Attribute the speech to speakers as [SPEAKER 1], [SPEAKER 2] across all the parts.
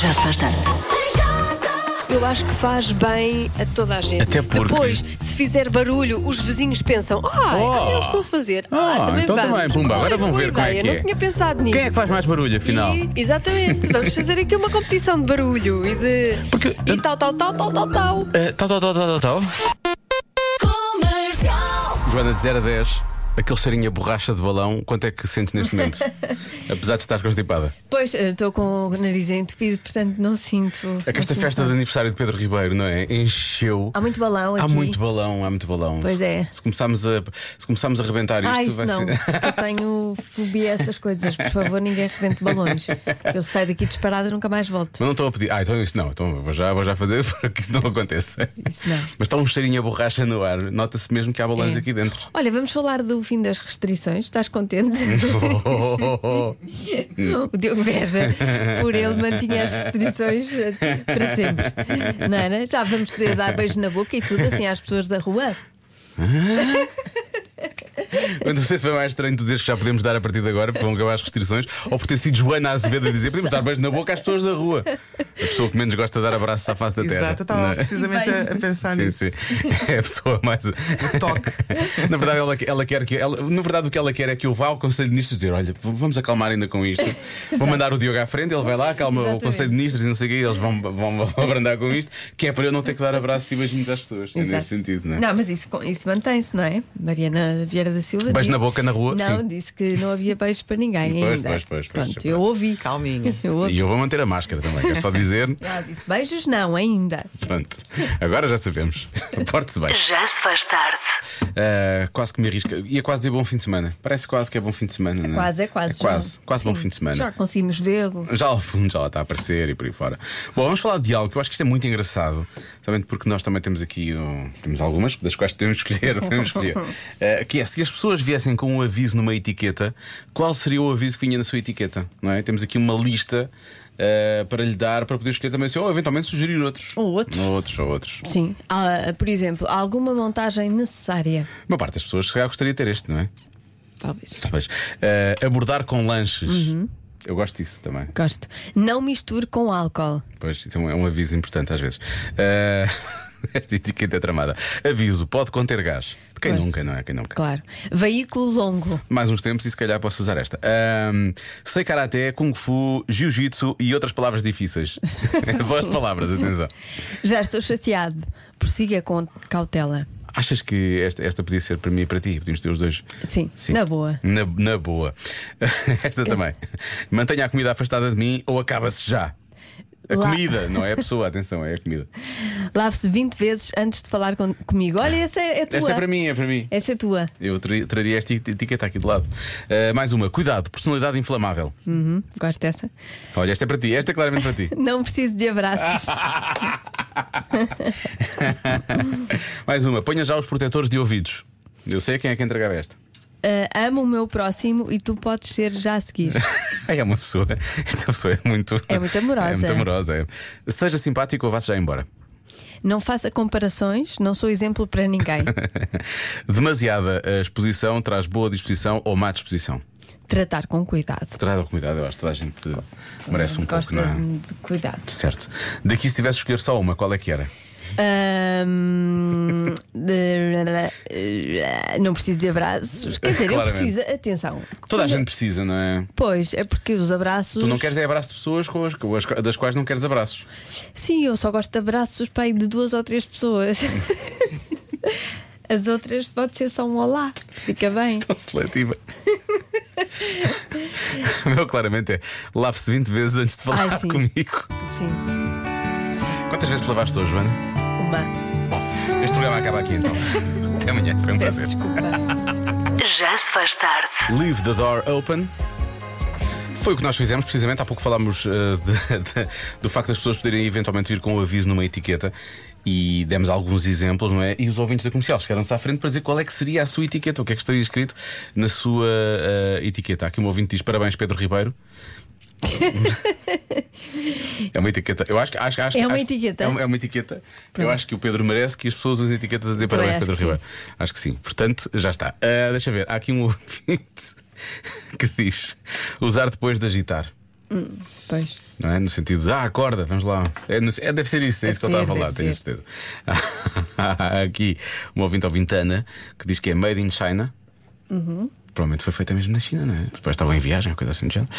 [SPEAKER 1] Já se faz tarde.
[SPEAKER 2] Eu acho que faz bem a toda a gente.
[SPEAKER 3] Até porque-
[SPEAKER 2] Depois, se fizer barulho, os vizinhos pensam: ah,
[SPEAKER 3] Oh.
[SPEAKER 2] eu estou a fazer.
[SPEAKER 3] Ah,
[SPEAKER 2] também
[SPEAKER 3] então
[SPEAKER 2] vamos.
[SPEAKER 3] também, pumba, agora
[SPEAKER 2] Olha,
[SPEAKER 3] vão
[SPEAKER 2] boa
[SPEAKER 3] ver como é
[SPEAKER 2] ideia,
[SPEAKER 3] que é.
[SPEAKER 2] Não tinha pensado nisso.
[SPEAKER 3] Quem é que faz mais barulho, afinal?
[SPEAKER 2] E- exatamente, vamos fazer aqui uma competição de barulho e de.
[SPEAKER 3] Porque-
[SPEAKER 2] E tal, tal, tal, tal, tal, tal.
[SPEAKER 3] Eh, Tal, tal, tal, tal, tal, tal. Joana, de 0 a 10, aquele cheirinho a borracha de balão, quanto é que sentes neste momento? Apesar de estar constipada.
[SPEAKER 4] Pois, eu estou com o nariz entupido, portanto não sinto.
[SPEAKER 3] É que esta
[SPEAKER 4] não sinto
[SPEAKER 3] festa de
[SPEAKER 4] nada.
[SPEAKER 3] aniversário de Pedro Ribeiro, não é? Encheu.
[SPEAKER 4] Há muito balão
[SPEAKER 3] Há
[SPEAKER 4] aqui.
[SPEAKER 3] muito balão, há muito balão.
[SPEAKER 4] Pois é.
[SPEAKER 3] Se começarmos a, se começarmos a arrebentar isto,
[SPEAKER 4] Ah, isso
[SPEAKER 3] vai
[SPEAKER 4] não.
[SPEAKER 3] ser.
[SPEAKER 4] Eu tenho fobia a essas coisas. Por favor, ninguém rebente balões. Eu saio daqui disparada e nunca mais volto.
[SPEAKER 3] Mas não estou a pedir. Ah, então isso não. Então vou já, vou já fazer para que isso não aconteça.
[SPEAKER 4] Isso não.
[SPEAKER 3] Mas está um cheirinho a borracha no ar. Nota-se mesmo que há balões
[SPEAKER 4] É.
[SPEAKER 3] aqui dentro.
[SPEAKER 4] Olha, vamos falar do fim das restrições. Estás contente? o Diogo Veja, por ele, mantinha as restrições eh, para sempre. Nana, já vamos poder dar beijo na boca e tudo assim às pessoas da rua?
[SPEAKER 3] Eu não sei se foi mais estranho tu dizeres que já podemos dar a partir de agora, porque vão acabar as restrições, ou por ter sido Joana Azevedo a dizer podemos dar beijo na boca às pessoas da rua. A pessoa que menos gosta de dar abraços à face da terra.
[SPEAKER 5] Exato, eu estava
[SPEAKER 3] Não. é?
[SPEAKER 5] precisamente a, a pensar
[SPEAKER 3] Sim,
[SPEAKER 5] nisso.
[SPEAKER 3] sim. É a pessoa mais.
[SPEAKER 5] toque.
[SPEAKER 3] Na verdade, ela, ela quer que. Ela, na verdade, o que ela quer é que eu vá ao Conselho de Ministros dizer: olha, v- vamos acalmar ainda com isto. Vou mandar o Diogo à frente, ele vai lá, acalma o
[SPEAKER 4] Exatamente.
[SPEAKER 3] Conselho de Ministros e não sei o quê, eles vão, vão, vão abrandar com isto, que é para eu não ter que dar abraços e beijinhos às pessoas. É
[SPEAKER 4] Exato.
[SPEAKER 3] nesse sentido, não é?
[SPEAKER 4] mas isso, com- isso mantém-se, não é? Mariana Vieira da Silva.
[SPEAKER 3] Beijo
[SPEAKER 4] disse-
[SPEAKER 3] na boca, na rua,
[SPEAKER 4] Não,
[SPEAKER 3] sim.
[SPEAKER 4] disse que não havia beijo para ninguém
[SPEAKER 3] Pois,
[SPEAKER 4] ainda.
[SPEAKER 3] pois, pois, pois,
[SPEAKER 4] Pronto,
[SPEAKER 3] pois.
[SPEAKER 4] eu ouvi.
[SPEAKER 5] Calminha.
[SPEAKER 4] Eu ouvi.
[SPEAKER 3] E eu vou manter a máscara também, quero só dizer.
[SPEAKER 4] Ela disse beijos não ainda.
[SPEAKER 3] Pronto, agora já sabemos. Porte-se bem.
[SPEAKER 1] Já se faz tarde.
[SPEAKER 3] Ah, quase que me arrisca. Ia quase dizer bom fim de semana. Parece quase que é bom fim de semana, não é?
[SPEAKER 4] Quase, é quase. já.
[SPEAKER 3] quase, quase bom
[SPEAKER 4] Sim,
[SPEAKER 3] fim de semana.
[SPEAKER 4] Já conseguimos vê-lo.
[SPEAKER 3] Já ao fundo já lá está a aparecer e por aí fora. Bom, vamos falar de algo que eu acho que isto é muito engraçado, somente porque nós também temos aqui um- temos algumas, das quais podemos escolher, podemos escolher. Eh, que é, se as pessoas viessem com um aviso numa etiqueta, qual seria o aviso que vinha na sua etiqueta? Não é? Temos aqui uma lista eh, para lhe dar, para poder escolher também, assim, ou eventualmente sugerir outros.
[SPEAKER 4] Ou outros.
[SPEAKER 3] Ou outros, ou outros.
[SPEAKER 4] Sim. Há, por exemplo, há alguma montagem necessária?
[SPEAKER 3] Uma parte das pessoas se calhar gostaria de ter este, não é?
[SPEAKER 4] Talvez.
[SPEAKER 3] Talvez. Eh, abordar com lanches.
[SPEAKER 4] Uhum.
[SPEAKER 3] Eu gosto disso também.
[SPEAKER 4] Gosto. Não misture com álcool.
[SPEAKER 3] Pois, isso é um- é um aviso importante às vezes. Eh, Esta etiqueta é tramada. Aviso, pode conter gás. De quem
[SPEAKER 4] Pois.
[SPEAKER 3] nunca, não é? Quem nunca.
[SPEAKER 4] Claro. Veículo longo.
[SPEAKER 3] Mais uns tempos e se calhar posso usar esta. Ahm, sei karaté, kung fu, jiu-jitsu e outras palavras difíceis. Boas palavras, atenção.
[SPEAKER 4] Já estou chateado. Prossiga com cautela.
[SPEAKER 3] Achas que esta, esta podia ser para mim e para ti? Podíamos ter os dois.
[SPEAKER 4] Sim, na boa.
[SPEAKER 3] Na, na boa. Esta também. Mantenha a comida afastada de mim ou acaba-se já. A
[SPEAKER 4] Lá-
[SPEAKER 3] comida, não é a pessoa, atenção, é a comida.
[SPEAKER 4] Lave-se 20 vezes antes de falar con- comigo. Olha, essa é, é tua.
[SPEAKER 3] Esta é para mim, é para mim.
[SPEAKER 4] Essa é tua.
[SPEAKER 3] Eu tra- traria esta eti- etiqueta aqui de lado. Ah, mais uma, cuidado, personalidade inflamável.
[SPEAKER 4] Uhum, gosto dessa.
[SPEAKER 3] Olha, esta é para ti, esta é claramente para ti.
[SPEAKER 4] Não preciso de abraços. Ah,
[SPEAKER 3] mais uma, ponha já os protetores de ouvidos. Eu sei a quem é que entregava esta.
[SPEAKER 4] Ah, amo o meu próximo e tu podes ser já a seguir.
[SPEAKER 3] Ai, é uma pessoa. Esta pessoa é muito.
[SPEAKER 4] É muito amorosa.
[SPEAKER 3] É muito amorosa. é. Seja simpático ou vá-se já embora.
[SPEAKER 4] Não faça comparações, não sou exemplo para ninguém.
[SPEAKER 3] Demasiada eh, exposição traz boa disposição ou má disposição.
[SPEAKER 4] Tratar com cuidado.
[SPEAKER 3] Traz a comunidade, eu acho que toda a gente merece um pouco,
[SPEAKER 4] Gosto
[SPEAKER 3] não é?
[SPEAKER 4] de cuidado.
[SPEAKER 3] Certo. Daqui, se tivesse de escolher só uma, qual é que era?
[SPEAKER 4] Ahm, de- não preciso de abraços. Quer dizer, eu
[SPEAKER 3] Claramente.
[SPEAKER 4] preciso, atenção.
[SPEAKER 3] Toda a gente precisa, não é?
[SPEAKER 4] Pois, é porque os abraços.
[SPEAKER 3] Tu não queres é abraço de pessoas com as- com as- das quais não queres abraços.
[SPEAKER 4] Sim, eu só gosto de abraços para aí de duas ou três pessoas. As outras pode ser só um olá, fica bem.
[SPEAKER 3] Tão seletiva. O meu claramente é lave-se 20 vezes antes de falar
[SPEAKER 4] Ai, sim.
[SPEAKER 3] comigo.
[SPEAKER 4] Sim,
[SPEAKER 3] Quantas vezes te lavaste hoje, Joana?
[SPEAKER 4] uma.
[SPEAKER 3] Este programa acaba aqui então. Até amanhã, foi um
[SPEAKER 4] Peço
[SPEAKER 3] prazer.
[SPEAKER 4] desculpa.
[SPEAKER 1] Já se faz tarde.
[SPEAKER 3] Leave the door open. Foi o que nós fizemos, precisamente. Há pouco falámos eh, de- de- do facto das pessoas poderem eventualmente vir com um aviso numa etiqueta e demos alguns exemplos, não é? E os ouvintes da comercial chegaram-se à frente para dizer qual é que seria a sua etiqueta, o que é que estaria escrito na sua eh, etiqueta. Há Aqui um ouvinte diz parabéns, Pedro Ribeiro. é uma etiqueta. Eu acho, que- acho, acho
[SPEAKER 4] É uma
[SPEAKER 3] acho-
[SPEAKER 4] etiqueta?
[SPEAKER 3] É uma, é uma etiqueta. Eu acho que o Pedro merece que as pessoas usem etiquetas a dizer
[SPEAKER 4] Também
[SPEAKER 3] parabéns,
[SPEAKER 4] acho
[SPEAKER 3] Pedro
[SPEAKER 4] que sim.
[SPEAKER 3] Ribeiro. Acho que sim. Portanto, já está. Ah, deixa ver, há aqui um ouvinte que diz usar depois de agitar.
[SPEAKER 4] Pois.
[SPEAKER 3] Não é? No sentido de, ah, acorda, vamos lá. É, não sei- é, deve ser isso, é
[SPEAKER 4] Deve
[SPEAKER 3] isso que eu estava a
[SPEAKER 4] ser,
[SPEAKER 3] falar,
[SPEAKER 4] deve
[SPEAKER 3] tenho
[SPEAKER 4] ser.
[SPEAKER 3] certeza. Há Aqui, uma ouvinte ouvintana que diz que é made in China.
[SPEAKER 4] Uhum.
[SPEAKER 3] Provavelmente foi feita mesmo na China, não é? Depois estava em viagem, uma coisa assim do género.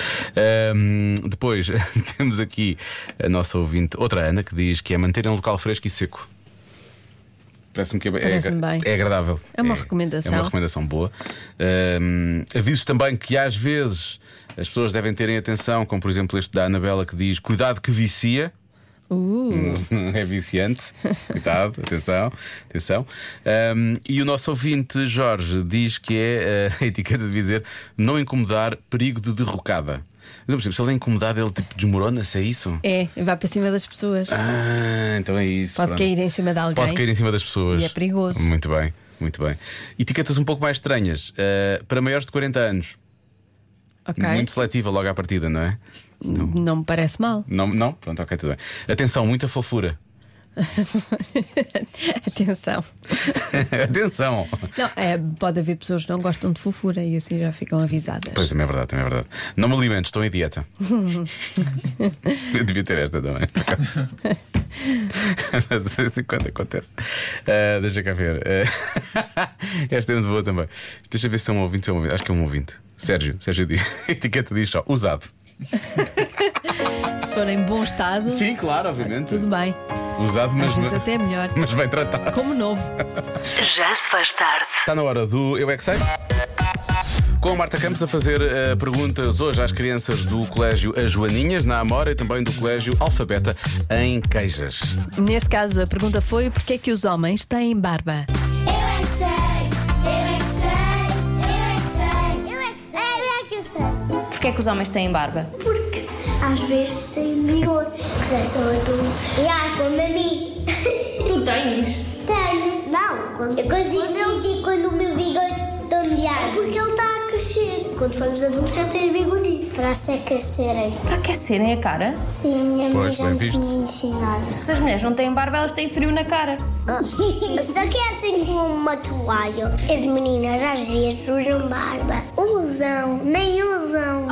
[SPEAKER 3] Ahm, depois temos aqui a nossa ouvinte, outra Ana, que diz que é manter em um local fresco e seco. Parece-me que é, é-
[SPEAKER 4] Parece-me bem.
[SPEAKER 3] é agradável.
[SPEAKER 4] É uma recomendação.
[SPEAKER 3] É uma recomendação boa. Ahm, avisos também que às vezes as pessoas devem terem atenção, como por exemplo este da Anabela que diz: cuidado que vicia.
[SPEAKER 4] Uh,
[SPEAKER 3] é viciante. Cuidado, atenção, atenção. Ahm, e o nosso ouvinte Jorge diz que é eh, a etiqueta de dizer não incomodar, perigo de derrocada. Mas eu percebo, se ele é incomodado, ele tipo desmorona-se, é isso?
[SPEAKER 4] É, vai para cima das pessoas.
[SPEAKER 3] Ah, então é isso.
[SPEAKER 4] Pode
[SPEAKER 3] pronto.
[SPEAKER 4] cair em cima de alguém.
[SPEAKER 3] Pode cair em cima das pessoas.
[SPEAKER 4] E é perigoso.
[SPEAKER 3] Muito bem, muito bem. Etiquetas um pouco mais estranhas. eh, para maiores de 40 anos.
[SPEAKER 4] Ok.
[SPEAKER 3] Muito seletiva logo à partida, não é?
[SPEAKER 4] Não me parece mal.
[SPEAKER 3] Não, não? Pronto, ok, tudo bem. Atenção, muita fofura.
[SPEAKER 4] Atenção.
[SPEAKER 3] Atenção!
[SPEAKER 4] Não, é, pode haver pessoas que não gostam de fofura e assim já ficam avisadas.
[SPEAKER 3] Pois também é verdade, também é verdade. Não me alimento, estou em dieta. Eu devia ter esta também, por acaso. Mas de vez em quando acontece. Ah, deixa cá ver. Ah, esta é muito boa também. Deixa eu ver se é um ouvinte ou um ouvinte. Acho que é um ouvinte. Sérgio, Sérgio diz. A etiqueta diz só, usado.
[SPEAKER 4] Se for em bom estado,
[SPEAKER 3] Sim, claro, obviamente.
[SPEAKER 4] tudo bem.
[SPEAKER 3] Usado, mas,
[SPEAKER 4] Às vezes até é melhor.
[SPEAKER 3] mas vai tratar.
[SPEAKER 4] Como novo.
[SPEAKER 1] Já se faz tarde.
[SPEAKER 3] Está na hora do Eu é que Sei. Com a Marta Campos a fazer eh, perguntas hoje às crianças do Colégio As Joaninhas, na Amora, e também do Colégio Alfabeta, em Queijas.
[SPEAKER 4] Neste caso, a pergunta foi: porquê é que os homens têm barba?
[SPEAKER 6] Eu é que sei, eu é que sei, eu é que sei, eu é que sei, eu é que sei.
[SPEAKER 7] Porquê é que os homens têm barba?
[SPEAKER 6] Porque às vezes tem bigodes. Porque já são adultos. E ai, como a mim. Tu tens? Tenho. Não, quando, eu consigo sentir quando o meu bigode tombeado. É porque ele está a crescer. Quando formos adultos já tens bigodinho. Para se aquecerem.
[SPEAKER 7] Para aquecerem a cara.
[SPEAKER 6] Sim, minha mãe
[SPEAKER 3] Pois,
[SPEAKER 6] já
[SPEAKER 3] bem
[SPEAKER 6] me
[SPEAKER 3] visto.
[SPEAKER 6] tinha ensinado.
[SPEAKER 7] Se as mulheres não têm barba, elas têm frio na cara.
[SPEAKER 6] Ah, Só que é assim como uma toalha. As meninas às vezes usam barba. Usam, nem usam.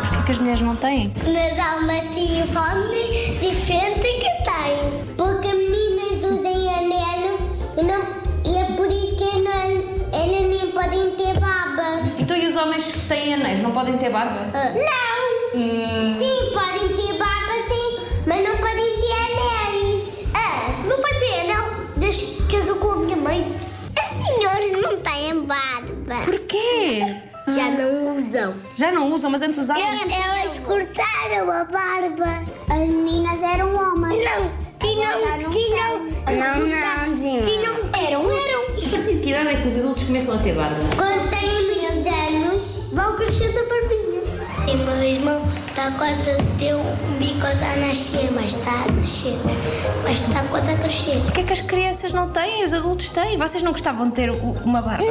[SPEAKER 7] Porquê é que as mulheres não têm?
[SPEAKER 6] Mas há uma tia fome diferente que tem. Porque meninas usam anel e, não, e é por isso que não, elas nem podem ter barba.
[SPEAKER 7] Então e os homens que têm anéis não podem ter barba?
[SPEAKER 6] Não! Sim, podem ter barba sim, mas não podem ter anéis. Ah, não pode ter anel desde que casou com a minha mãe. As senhoras não têm barba.
[SPEAKER 7] Porquê?
[SPEAKER 6] Já não usam. É,
[SPEAKER 7] Já não usam, mas antes
[SPEAKER 6] Ah.
[SPEAKER 7] usavam.
[SPEAKER 6] Elas cortaram a barba. As meninas eram homens. Não, tinham, tinham. Não, não, tinham. Eram, eram.
[SPEAKER 7] A partir de que idade é que os adultos começam a ter barba?
[SPEAKER 6] Quando têm muitos anos, vão crescendo a barbinha. E meu irmão está quase a ter um bigode a nascer, mas está a nascer. Mas está quase a crescer.
[SPEAKER 7] Porquê é que as crianças não têm e os adultos têm? Vocês não gostavam de ter u- uma barba?
[SPEAKER 6] Não!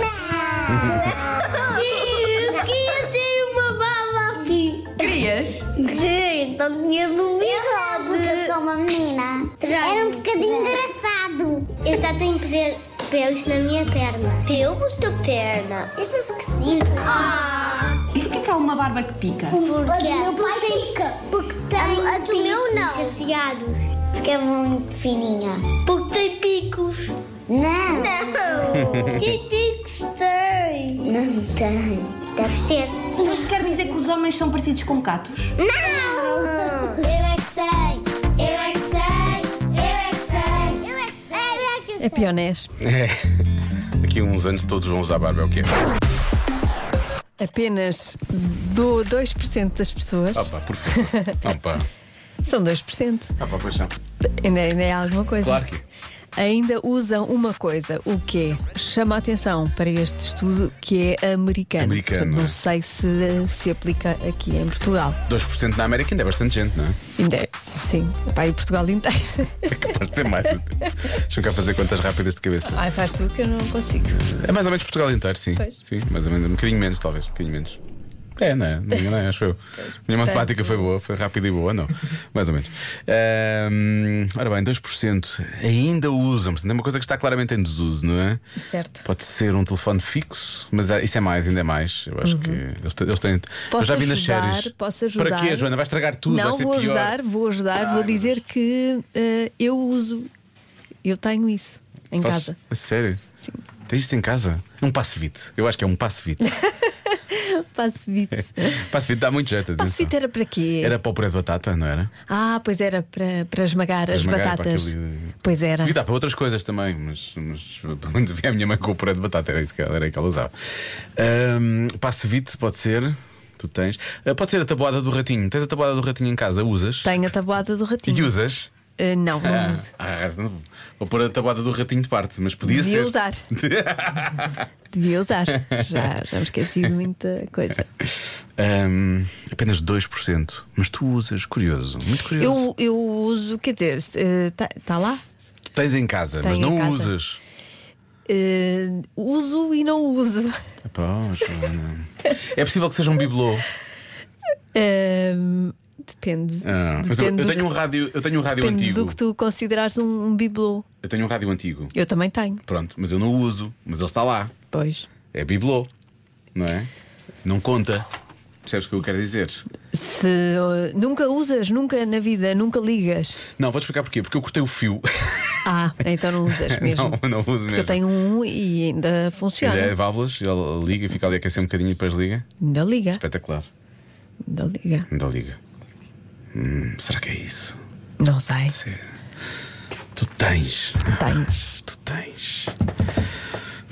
[SPEAKER 6] Eu queria ter uma barba aqui.
[SPEAKER 7] Querias?
[SPEAKER 6] Gente, não tinha dormido. Eu não, porque eu sou uma menina. Era um bocadinho engraçado. Eu só tenho pe- pelos na minha perna. Pelos da perna? Isso é esquisito. Ah!
[SPEAKER 7] E porquê é que há uma barba que pica?
[SPEAKER 6] Porque o meu pai pica. Porque tem a, do meu não. afiados. Fica muito fininha. Porque tem picos. Não. Não. tem picos, tem. Não tem. Deve ter.
[SPEAKER 7] Então isso quer dizer que os homens são parecidos com gatos?
[SPEAKER 6] Não! Eu é que sei! Eu é que sei! Eu é que sei! Eu é que sei!
[SPEAKER 4] É pionés.
[SPEAKER 3] É. Daqui a uns anos todos vão usar barba, é o que é?
[SPEAKER 4] Apenas do 2% das pessoas.
[SPEAKER 3] Opa, por favor. Opa,
[SPEAKER 4] São 2%.
[SPEAKER 3] opa, paixão.
[SPEAKER 4] Ainda, ainda é alguma coisa.
[SPEAKER 3] Claro que.
[SPEAKER 4] Ainda usam uma coisa, o que chama a atenção para este estudo que é americano.
[SPEAKER 3] Americano,
[SPEAKER 4] Portanto,
[SPEAKER 3] não
[SPEAKER 4] não sei
[SPEAKER 3] é?
[SPEAKER 4] se se aplica aqui em Portugal.
[SPEAKER 3] 2% na América ainda é bastante gente, não é?
[SPEAKER 4] Ainda é- sim, vai Portugal inteiro.
[SPEAKER 3] Pode ter mais. Deixa-me cá fazer contas rápidas de cabeça.
[SPEAKER 4] Ai, faz tu que eu não consigo.
[SPEAKER 3] É mais ou menos Portugal inteiro, sim.
[SPEAKER 4] Pois.
[SPEAKER 3] Sim, mais ou menos. Um bocadinho menos, talvez. Um bocadinho menos. É, não é? Não, não é, acho eu. Minha matemática foi boa, foi rápida e boa, não. Mais ou menos. Ahm, ora bem, 2% ainda usam, portanto é uma coisa que está claramente em desuso, não é?
[SPEAKER 4] Certo.
[SPEAKER 3] Pode ser um telefone fixo, mas é- isso é mais, ainda é mais. Eu acho que eles, te- eles têm.
[SPEAKER 4] Uhum. Posso
[SPEAKER 3] eu já vi nas
[SPEAKER 4] ajudar,
[SPEAKER 3] séries.
[SPEAKER 4] posso ajudar.
[SPEAKER 3] Para quê, Joana? Vai estragar tudo, vai
[SPEAKER 4] Não,
[SPEAKER 3] ser
[SPEAKER 4] vou
[SPEAKER 3] pior.
[SPEAKER 4] ajudar, vou ajudar, vou dizer que eh, eu uso, eu tenho isso em
[SPEAKER 3] Fazes-
[SPEAKER 4] casa.
[SPEAKER 3] A sério?
[SPEAKER 4] Sim.
[SPEAKER 3] Tens isto em casa? Um passivite. Eu acho que é um passivite.
[SPEAKER 4] Passo vite.
[SPEAKER 3] passivite dá muito jeito.
[SPEAKER 4] Passo
[SPEAKER 3] atenção.
[SPEAKER 4] vite era para quê?
[SPEAKER 3] É, Era para o purê de batata, não era?
[SPEAKER 4] É. Ah, pois era para, para esmagar as
[SPEAKER 3] esmagar, para
[SPEAKER 4] batatas.
[SPEAKER 3] aquele- eh,
[SPEAKER 4] Pois era.
[SPEAKER 3] E dá para outras coisas também, mas, mas pelo menos havia a minha mãe com o puré de batata, era isso que ela, era que ela usava. Ahm, passivite pode ser. Tu tens. Ah, pode ser a tabuada do ratinho. Tens a tabuada do ratinho em casa, usas?
[SPEAKER 4] Tenho a tabuada do
[SPEAKER 3] E
[SPEAKER 4] ratinho.
[SPEAKER 3] usas?
[SPEAKER 4] Eh, não, não
[SPEAKER 3] Ah,
[SPEAKER 4] uso.
[SPEAKER 3] ah, não- vou pôr a tabuada do ratinho de parte, mas podia
[SPEAKER 4] Devia
[SPEAKER 3] ser.
[SPEAKER 4] usar. Devia usar. Já, já me esqueci de muita coisa.
[SPEAKER 3] Ahm, apenas 2%. Mas tu usas, curioso, muito curioso.
[SPEAKER 4] Eu, eu uso, quer dizer, está lá?
[SPEAKER 3] Tu tens em casa, mas
[SPEAKER 4] Tenho em
[SPEAKER 3] não
[SPEAKER 4] casa.
[SPEAKER 3] usas.
[SPEAKER 4] Eh, uso e não uso.
[SPEAKER 3] Epá, oh, Joana. é possível que seja um bibelô.
[SPEAKER 4] Ehm, depende.
[SPEAKER 3] Ah, mas eu,
[SPEAKER 4] Depende
[SPEAKER 3] eu
[SPEAKER 4] do
[SPEAKER 3] tenho um
[SPEAKER 4] que-
[SPEAKER 3] rádio, eu tenho um rádio
[SPEAKER 4] Depende
[SPEAKER 3] antigo.
[SPEAKER 4] do que tu considerares um, um bibelô.
[SPEAKER 3] Eu tenho um rádio antigo.
[SPEAKER 4] Eu também tenho,
[SPEAKER 3] Pronto, mas eu não o uso, mas ele está lá.
[SPEAKER 4] pois.
[SPEAKER 3] É bibelô, não é? Não conta. Percebes o que eu quero dizer?
[SPEAKER 4] Se eh, nunca usas, nunca na vida, nunca ligas.
[SPEAKER 3] Não, vou explicar porquê. Porque eu cortei o fio.
[SPEAKER 4] Ah, então não usas mesmo.
[SPEAKER 3] não, não uso mesmo.
[SPEAKER 4] Eu tenho um e ainda funciona.
[SPEAKER 3] Ele é válvulas, ele liga e fica ali a aquecer um bocadinho e depois liga.
[SPEAKER 4] Ainda liga.
[SPEAKER 3] Espetacular.
[SPEAKER 4] Ainda liga.
[SPEAKER 3] Ainda liga. Hum, será que é isso?
[SPEAKER 4] Não sei.
[SPEAKER 3] Será? Tu tens.
[SPEAKER 4] Tenho.
[SPEAKER 3] Tu tens.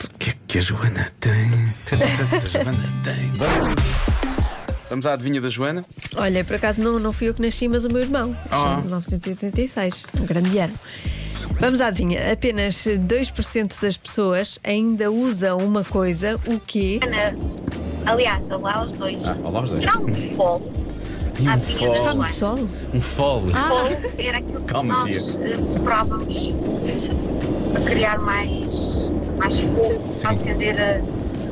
[SPEAKER 3] O que é que a Joana tem? A Joana tem. Vamos- Vamos à adivinha da Joana?
[SPEAKER 4] Olha, por acaso não, não fui eu que nasci, mas o meu irmão.
[SPEAKER 3] Ah.
[SPEAKER 4] Em 1986, um grande ano. Vamos à adivinha. Apenas 2% das pessoas ainda usam uma coisa, o quê?
[SPEAKER 8] Aliás, olá aos dois.
[SPEAKER 3] Ah, olá aos dois.
[SPEAKER 8] Será um fole?
[SPEAKER 3] E um
[SPEAKER 8] Adivinha da
[SPEAKER 4] Está
[SPEAKER 3] fole.
[SPEAKER 4] muito sol?
[SPEAKER 3] Um fole.
[SPEAKER 8] Fole era aquilo que
[SPEAKER 3] Calma,
[SPEAKER 8] nós
[SPEAKER 3] tia.
[SPEAKER 8] eh, soprávamos para criar mais, mais fogo,
[SPEAKER 3] Sim.
[SPEAKER 8] para acender a,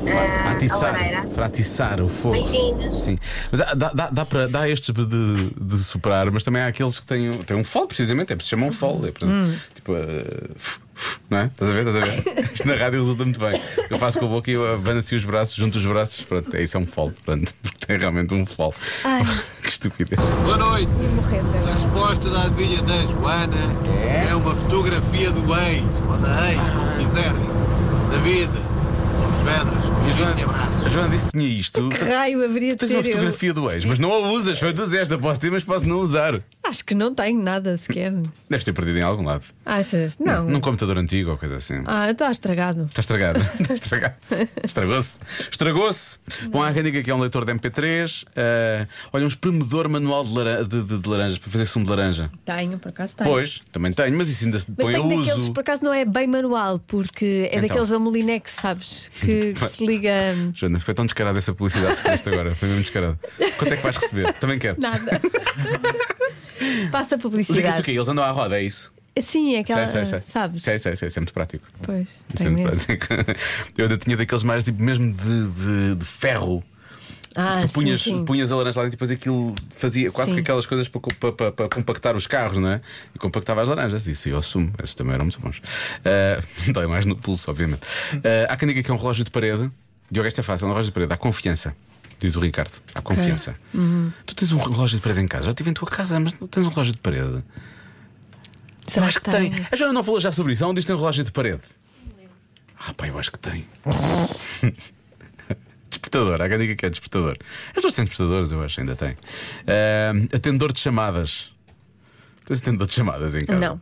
[SPEAKER 3] Para
[SPEAKER 8] a- a
[SPEAKER 3] atiçar,
[SPEAKER 8] lareira.
[SPEAKER 3] para atiçar o fogo.
[SPEAKER 8] Beijinhos.
[SPEAKER 3] Sim. Mas há- dá, dá, dá, para, dá estes de, de superar, mas também há aqueles que têm, têm um fole, precisamente. É preciso chamar um fole. É, por exemplo,
[SPEAKER 4] Hum.
[SPEAKER 3] Tipo. eh, fu- fu- não é? Estás a ver? Estás a ver? Isto na rádio resulta muito bem. Eu faço com a boca e eu abano assim os braços, junto os braços. Pronto, é isso, é um fole. Pronto, porque tem realmente um fole.
[SPEAKER 4] Ai.
[SPEAKER 3] que estupidez.
[SPEAKER 9] Boa noite. A resposta da adivinha da Joana é, uma fotografia do ex, ou da ex, como quiserem, da vida, ou dos Vedras,
[SPEAKER 3] A
[SPEAKER 9] com 20
[SPEAKER 3] Joana,
[SPEAKER 9] abraços.
[SPEAKER 3] a Joana disse que tinha isto.
[SPEAKER 4] Que raio haveria de
[SPEAKER 3] Tens uma
[SPEAKER 4] ter eu?
[SPEAKER 3] fotografia do ex, mas não a usas. Foi tu esta, posso ter, mas posso não usar.
[SPEAKER 4] Acho que não tenho nada sequer.
[SPEAKER 3] Deves ter perdido em algum lado.
[SPEAKER 4] Achas? Não.
[SPEAKER 3] Num computador antigo ou coisa assim.
[SPEAKER 4] Ah, está estragado.
[SPEAKER 3] Está estragado. Está estragado. Estragou-se. Estragou-se. Bom, há quem diga que é um leitor de MP3. ah, olha, um espremedor manual de, laran de, de- de laranjas para fazer sumo de laranja.
[SPEAKER 4] Tenho, por acaso tenho.
[SPEAKER 3] Pois, também tenho, mas isso ainda se
[SPEAKER 4] Mas
[SPEAKER 3] põe a
[SPEAKER 4] tenho
[SPEAKER 3] uso.
[SPEAKER 4] daqueles, por acaso não é bem manual, porque é
[SPEAKER 3] Então.
[SPEAKER 4] daqueles da Molinex, sabes? Que, que se liga.
[SPEAKER 3] Joana, foi tão descarada essa publicidade que fizeste agora. Foi mesmo descarado. Quanto é que vais receber? Também quero.
[SPEAKER 4] Nada. Passa a
[SPEAKER 3] Liga-se o
[SPEAKER 4] publicidade.
[SPEAKER 3] quê? Eles andam à roda, é isso?
[SPEAKER 4] Sim, é aquela.
[SPEAKER 3] sei, sei, sei.
[SPEAKER 4] Sabes?
[SPEAKER 3] Sei, sei, sei. Isso é muito prático.
[SPEAKER 4] Pois,
[SPEAKER 3] Isso é
[SPEAKER 4] tenho
[SPEAKER 3] muito
[SPEAKER 4] esse.
[SPEAKER 3] prático. Eu ainda tinha daqueles mais tipo mesmo de, de- de ferro.
[SPEAKER 4] Ah,
[SPEAKER 3] tu
[SPEAKER 4] sim,
[SPEAKER 3] punhas,
[SPEAKER 4] sim.
[SPEAKER 3] punhas a laranja lá dentro e depois aquilo fazia quase
[SPEAKER 4] Sim.
[SPEAKER 3] que aquelas coisas para, co- para- para- para compactar os carros, não é? E compactava as laranjas, isso eu assumo, esses também eram muito bons. Ah, dói mais no pulso, obviamente. Ah, há quem diga que é um relógio de parede. Diogo, esta é fácil, é um relógio de parede, há confiança. Diz o Ricardo, há confiança.
[SPEAKER 4] Uhum.
[SPEAKER 3] Tu tens um relógio de parede em casa? Já tive em tua casa, mas não tens um relógio de parede.
[SPEAKER 4] Será
[SPEAKER 3] acho que tem. A Joana não falou já sobre isso. Há onde isto tem um relógio de parede? Ah, pá, eu acho que tem. despertador, há quem diga que é despertador. As pessoas têm despertadores, eu acho, ainda tem. Ahm, atendor de chamadas. Tens atendor de chamadas em casa?
[SPEAKER 4] Não.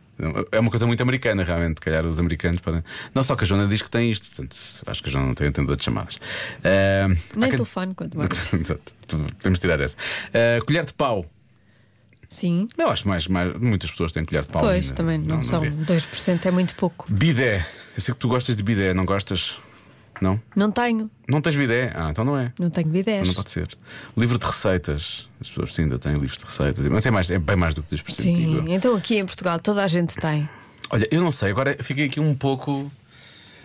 [SPEAKER 3] É uma coisa muito americana, realmente. Se calhar os americanos podem. Não só que a Joana diz que tem isto, portanto, acho que a Joana não tem atendor de chamadas. Ahm, há
[SPEAKER 4] Nem
[SPEAKER 3] quem-
[SPEAKER 4] telefone, quanto mais.
[SPEAKER 3] Exato, podemos tirar essa. Ah, colher de pau.
[SPEAKER 4] Sim.
[SPEAKER 3] Eu acho mais, mais. Muitas pessoas têm colher de pau.
[SPEAKER 4] Pois,
[SPEAKER 3] ainda.
[SPEAKER 4] também não, são.
[SPEAKER 3] havia.
[SPEAKER 4] 2% é muito pouco.
[SPEAKER 3] Bidé. Eu sei que tu gostas de bidé, não gostas? Não?
[SPEAKER 4] Não tenho.
[SPEAKER 3] Não tens bidé? Ah, então não é.
[SPEAKER 4] Não tenho bidés.
[SPEAKER 3] Não pode ser. Livro de receitas. As pessoas sim, ainda têm livros de receitas. Mas é, mais, é bem mais do que 2%.
[SPEAKER 4] Sim,
[SPEAKER 3] digo.
[SPEAKER 4] então aqui em Portugal toda a gente tem.
[SPEAKER 3] Olha, eu não sei. Agora fiquei aqui um pouco.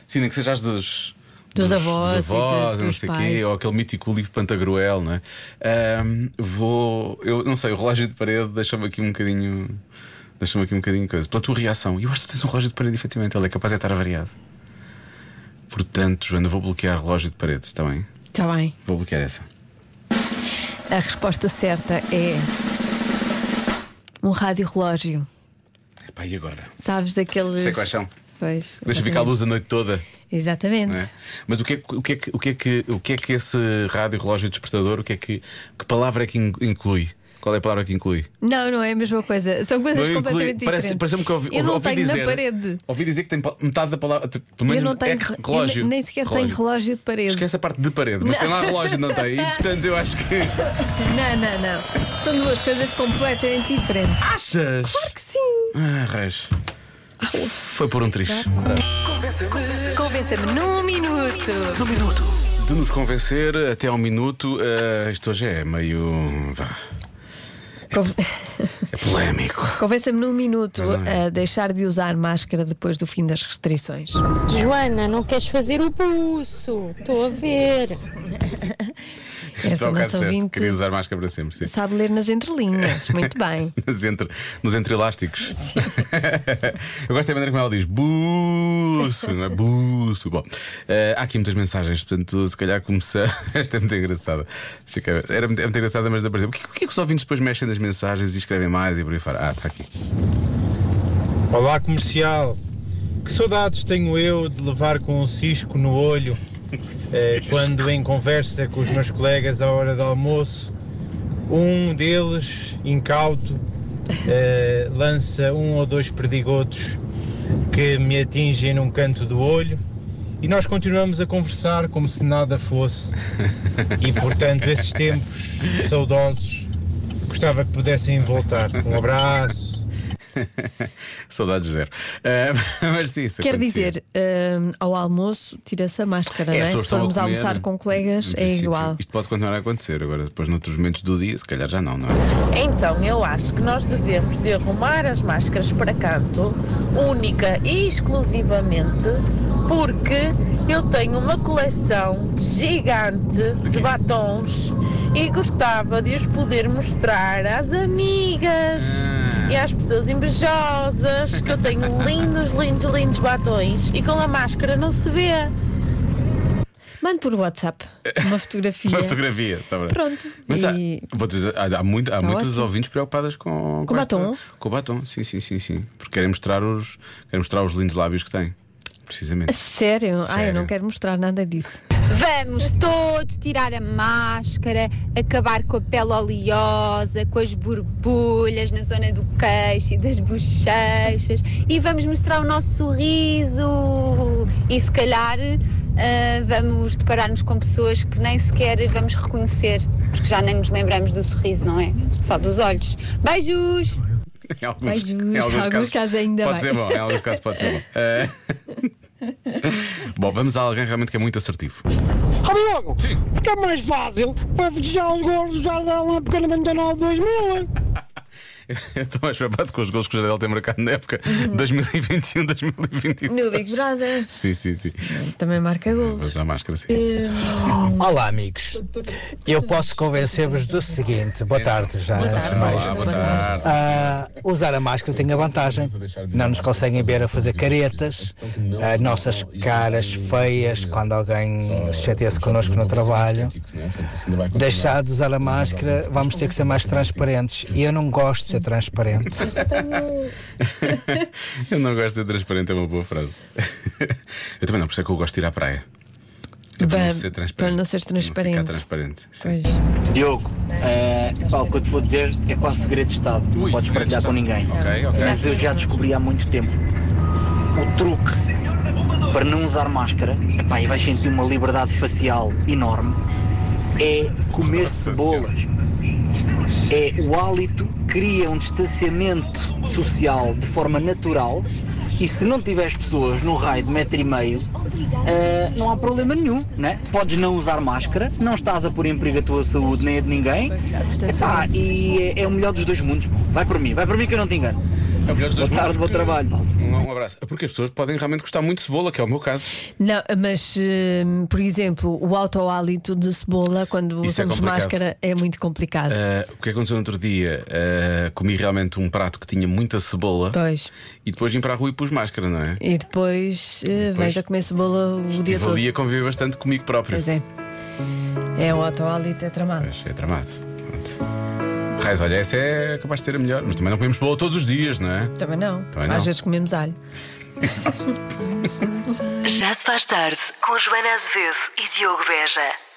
[SPEAKER 3] Sim, nem que seja as dos.
[SPEAKER 4] Dos avós, e
[SPEAKER 3] avós,
[SPEAKER 4] dos,
[SPEAKER 3] não
[SPEAKER 4] dos
[SPEAKER 3] sei
[SPEAKER 4] pais.
[SPEAKER 3] quê, ou aquele mítico livro Pantagruel, não é? Ahm, vou. Eu não sei, o relógio de parede deixa-me aqui um bocadinho. Deixa-me aqui um bocadinho coisa. Pela tua reação, eu acho que tu tens um relógio de parede, efetivamente, ele é capaz de estar variado. Portanto, Joana, vou bloquear relógio de parede, está bem?
[SPEAKER 4] Está bem.
[SPEAKER 3] Vou bloquear essa.
[SPEAKER 4] A resposta certa é. Um rádio relógio.
[SPEAKER 3] Epá, e agora?
[SPEAKER 4] Sabes daqueles.
[SPEAKER 3] Sei quais são.
[SPEAKER 4] Pois.
[SPEAKER 3] Deixa ficar a luz a noite toda.
[SPEAKER 4] Exatamente.
[SPEAKER 3] não é? Mas o que é, que- o que, é que, o, que é que, o que é que esse rádio relógio despertador, o que é que, que palavra é que in- inclui? Qual é a palavra que inclui?
[SPEAKER 4] Não, não é a mesma coisa. São coisas
[SPEAKER 3] Não inclui-
[SPEAKER 4] completamente
[SPEAKER 3] parece,
[SPEAKER 4] diferentes.
[SPEAKER 3] parece-me que ouvi,
[SPEAKER 4] eu não
[SPEAKER 3] ouvi
[SPEAKER 4] tenho
[SPEAKER 3] dizer,
[SPEAKER 4] na parede.
[SPEAKER 3] Ouvi dizer que tem pa- metade da palavra. tipo,
[SPEAKER 4] Eu
[SPEAKER 3] Pelo menos
[SPEAKER 4] não tenho.
[SPEAKER 3] é que relógio.
[SPEAKER 4] eu nem sequer tenho relógio de parede.
[SPEAKER 3] Esquece a parte de parede, mas
[SPEAKER 4] Não.
[SPEAKER 3] tem lá relógio, não tem? E portanto eu acho que.
[SPEAKER 4] Não, não, não. São duas coisas completamente diferentes.
[SPEAKER 3] Achas?
[SPEAKER 4] Claro que sim.
[SPEAKER 3] Ah, raios. Foi por um triz.
[SPEAKER 4] Convença-me num minuto.
[SPEAKER 3] De nos convencer até ao minuto, eh, isto hoje é meio. vá,
[SPEAKER 4] Conven-
[SPEAKER 3] é polémico.
[SPEAKER 4] Convença-me num minuto
[SPEAKER 3] é.
[SPEAKER 4] a deixar de usar máscara depois do fim das restrições.
[SPEAKER 10] Joana, não queres fazer o buço? Estou a ver.
[SPEAKER 3] Isto é
[SPEAKER 4] Esta
[SPEAKER 3] o caso
[SPEAKER 4] nossa
[SPEAKER 3] certo.
[SPEAKER 4] ouvinte
[SPEAKER 3] Queria usar máscara para sempre. Sim.
[SPEAKER 4] sabe ler nas entrelinhas. Muito bem.
[SPEAKER 3] Nos, entre, nos entreelásticos. Eu gosto da maneira como ela diz buço, não é? Buço. Bom, eh, há aqui muitas mensagens, portanto, se calhar começar. Esta é muito engraçada. Deixa eu cá ver. Era muito, é muito engraçada, mas desapareceu. O que, o que é que os ouvintes depois mexem nas mensagens e escrevem mais e por aí fora? Ah, está aqui.
[SPEAKER 11] Olá comercial, que saudades tenho eu de levar com um cisco no olho eh, quando em conversa com os meus colegas à hora do almoço, um deles, incauto, eh, lança um ou dois perdigotos que me atingem num canto do olho e nós continuamos a conversar como se nada fosse. E portanto, esses tempos saudosos gostava que pudessem voltar. Um abraço.
[SPEAKER 3] Saudades zero. Eh, mas sim, isso
[SPEAKER 4] Quer
[SPEAKER 3] acontecia.
[SPEAKER 4] dizer, hum, ao almoço tira-se a máscara,
[SPEAKER 3] É,
[SPEAKER 4] não
[SPEAKER 3] as
[SPEAKER 4] é?
[SPEAKER 3] pessoas
[SPEAKER 4] Se formos
[SPEAKER 3] estão a comer,
[SPEAKER 4] almoçar com colegas,
[SPEAKER 3] Em
[SPEAKER 4] é
[SPEAKER 3] princípio,
[SPEAKER 4] igual.
[SPEAKER 3] Isto pode continuar a acontecer. Agora, depois, noutros momentos do dia, se calhar já não, não é?
[SPEAKER 12] Então, eu acho que nós devemos de arrumar as máscaras para canto, única e exclusivamente, porque eu tenho uma coleção gigante de batons e gostava de os poder mostrar às amigas e às pessoas invejosas que eu tenho lindos, lindos, lindos batons e com a máscara não se vê.
[SPEAKER 4] Mande por WhatsApp uma fotografia.
[SPEAKER 3] Uma fotografia, sabe?
[SPEAKER 4] é. Pronto.
[SPEAKER 3] Mas há,
[SPEAKER 4] E-
[SPEAKER 3] vou dizer, há, há muito- há
[SPEAKER 4] Tá
[SPEAKER 3] muitas
[SPEAKER 4] ótimo.
[SPEAKER 3] ouvintes preocupadas com,
[SPEAKER 4] Com
[SPEAKER 3] esta-
[SPEAKER 4] batom?
[SPEAKER 3] com o batom, sim, sim, sim, sim. Porque querem mostrar os, querem mostrar os lindos lábios que têm. Precisamente.
[SPEAKER 4] Sério? Ai, eu não
[SPEAKER 3] Sério.
[SPEAKER 4] quero mostrar nada disso.
[SPEAKER 13] Vamos todos tirar a máscara, acabar com a pele oleosa, com as borbulhas na zona do queixo e das bochechas e vamos mostrar o nosso sorriso. E se calhar ah, vamos deparar-nos com pessoas que nem sequer vamos reconhecer, porque já nem nos lembramos do sorriso, não é? Só dos olhos. Beijos!
[SPEAKER 3] Em alguns,
[SPEAKER 13] Ai, justo,
[SPEAKER 3] em
[SPEAKER 13] alguns casos ainda
[SPEAKER 3] Pode
[SPEAKER 13] bem.
[SPEAKER 3] ser bom, em alguns casos pode ser bom. Eh, bom, vamos a alguém realmente que é muito assertivo.
[SPEAKER 14] Ó Diogo, fica mais fácil para festejar os gols do Jardel na época 99 2000.
[SPEAKER 3] Eu estou mais preocupado com os gols que o Jardel tem marcado na época 2021, 2022.
[SPEAKER 4] No Big Brother.
[SPEAKER 3] Sim, sim, sim.
[SPEAKER 4] Também marca gol.
[SPEAKER 3] Vou usar máscara, sim.
[SPEAKER 15] Olá, amigos. Eu posso convencer-vos do seguinte. Boa tarde, já.
[SPEAKER 3] Boa
[SPEAKER 15] antes de
[SPEAKER 3] tarde.
[SPEAKER 15] mais.
[SPEAKER 3] Olá, boa tarde.
[SPEAKER 15] Ah, usar a máscara tem a vantagem. Não nos conseguem ver a fazer caretas, as nossas caras feias quando alguém se chateia-se connosco no trabalho. Deixar de usar a máscara, vamos ter que ser mais transparentes. E eu não gosto de ser transparente.
[SPEAKER 3] Eu não gosto de ser transparente, é uma boa frase. Eu também não, por isso é que eu gosto de ir à praia. É para não
[SPEAKER 4] Bem,
[SPEAKER 3] ser transparente.
[SPEAKER 4] para não ser transparente.
[SPEAKER 3] Ficar transparente.
[SPEAKER 4] Pois.
[SPEAKER 16] Diogo, eh, pá, o que eu te vou dizer é quase segredo de Estado. não podes
[SPEAKER 3] segredo de
[SPEAKER 16] partilhar
[SPEAKER 3] Estado.
[SPEAKER 16] com ninguém.
[SPEAKER 3] Ok, ok.
[SPEAKER 16] Mas eu já descobri há muito tempo o truque para não usar máscara epá, e vais sentir uma liberdade facial enorme é comer cebolas. É o hálito cria um distanciamento social de forma natural e se não tiveres pessoas no raio de metro e meio, eh, não há problema nenhum, né? Podes não usar máscara, não estás a pôr em perigo a tua saúde nem a de ninguém. Epá, e é, é o melhor dos dois mundos. pô. Vai por mim, vai por mim que eu não te engano.
[SPEAKER 3] É o melhor dos
[SPEAKER 16] Boa
[SPEAKER 3] dois mundos,
[SPEAKER 16] tarde, bom
[SPEAKER 3] porque
[SPEAKER 16] trabalho. malta.
[SPEAKER 3] Um Um abraço. Porque as pessoas podem realmente gostar muito de cebola, que é o meu caso.
[SPEAKER 4] Não, mas, hum, por exemplo, o autohálito de cebola, quando
[SPEAKER 3] Isso é
[SPEAKER 4] usamos
[SPEAKER 3] complicado.
[SPEAKER 4] máscara, é muito complicado.
[SPEAKER 3] Ah, o que aconteceu no outro dia? ah, comi realmente um prato que tinha muita cebola.
[SPEAKER 4] Pois.
[SPEAKER 3] E depois vim para a rua e pus máscara, não é?
[SPEAKER 4] E depois, eh,
[SPEAKER 3] Depois-
[SPEAKER 4] vais a comer cebola o dia
[SPEAKER 3] Estive
[SPEAKER 4] todo.
[SPEAKER 3] ali a conviver bastante comigo próprio.
[SPEAKER 4] Pois é. É o autohálito, é tramado.
[SPEAKER 3] É tramado. Pronto. Raiz, olha, essa é capaz de ser a melhor, mas também não comemos cebola todos os dias, não é?
[SPEAKER 4] Também não.
[SPEAKER 3] Também
[SPEAKER 4] Às
[SPEAKER 3] não.
[SPEAKER 4] vezes comemos alho.
[SPEAKER 1] Já se faz tarde com Joana Azevedo e Diogo Beja.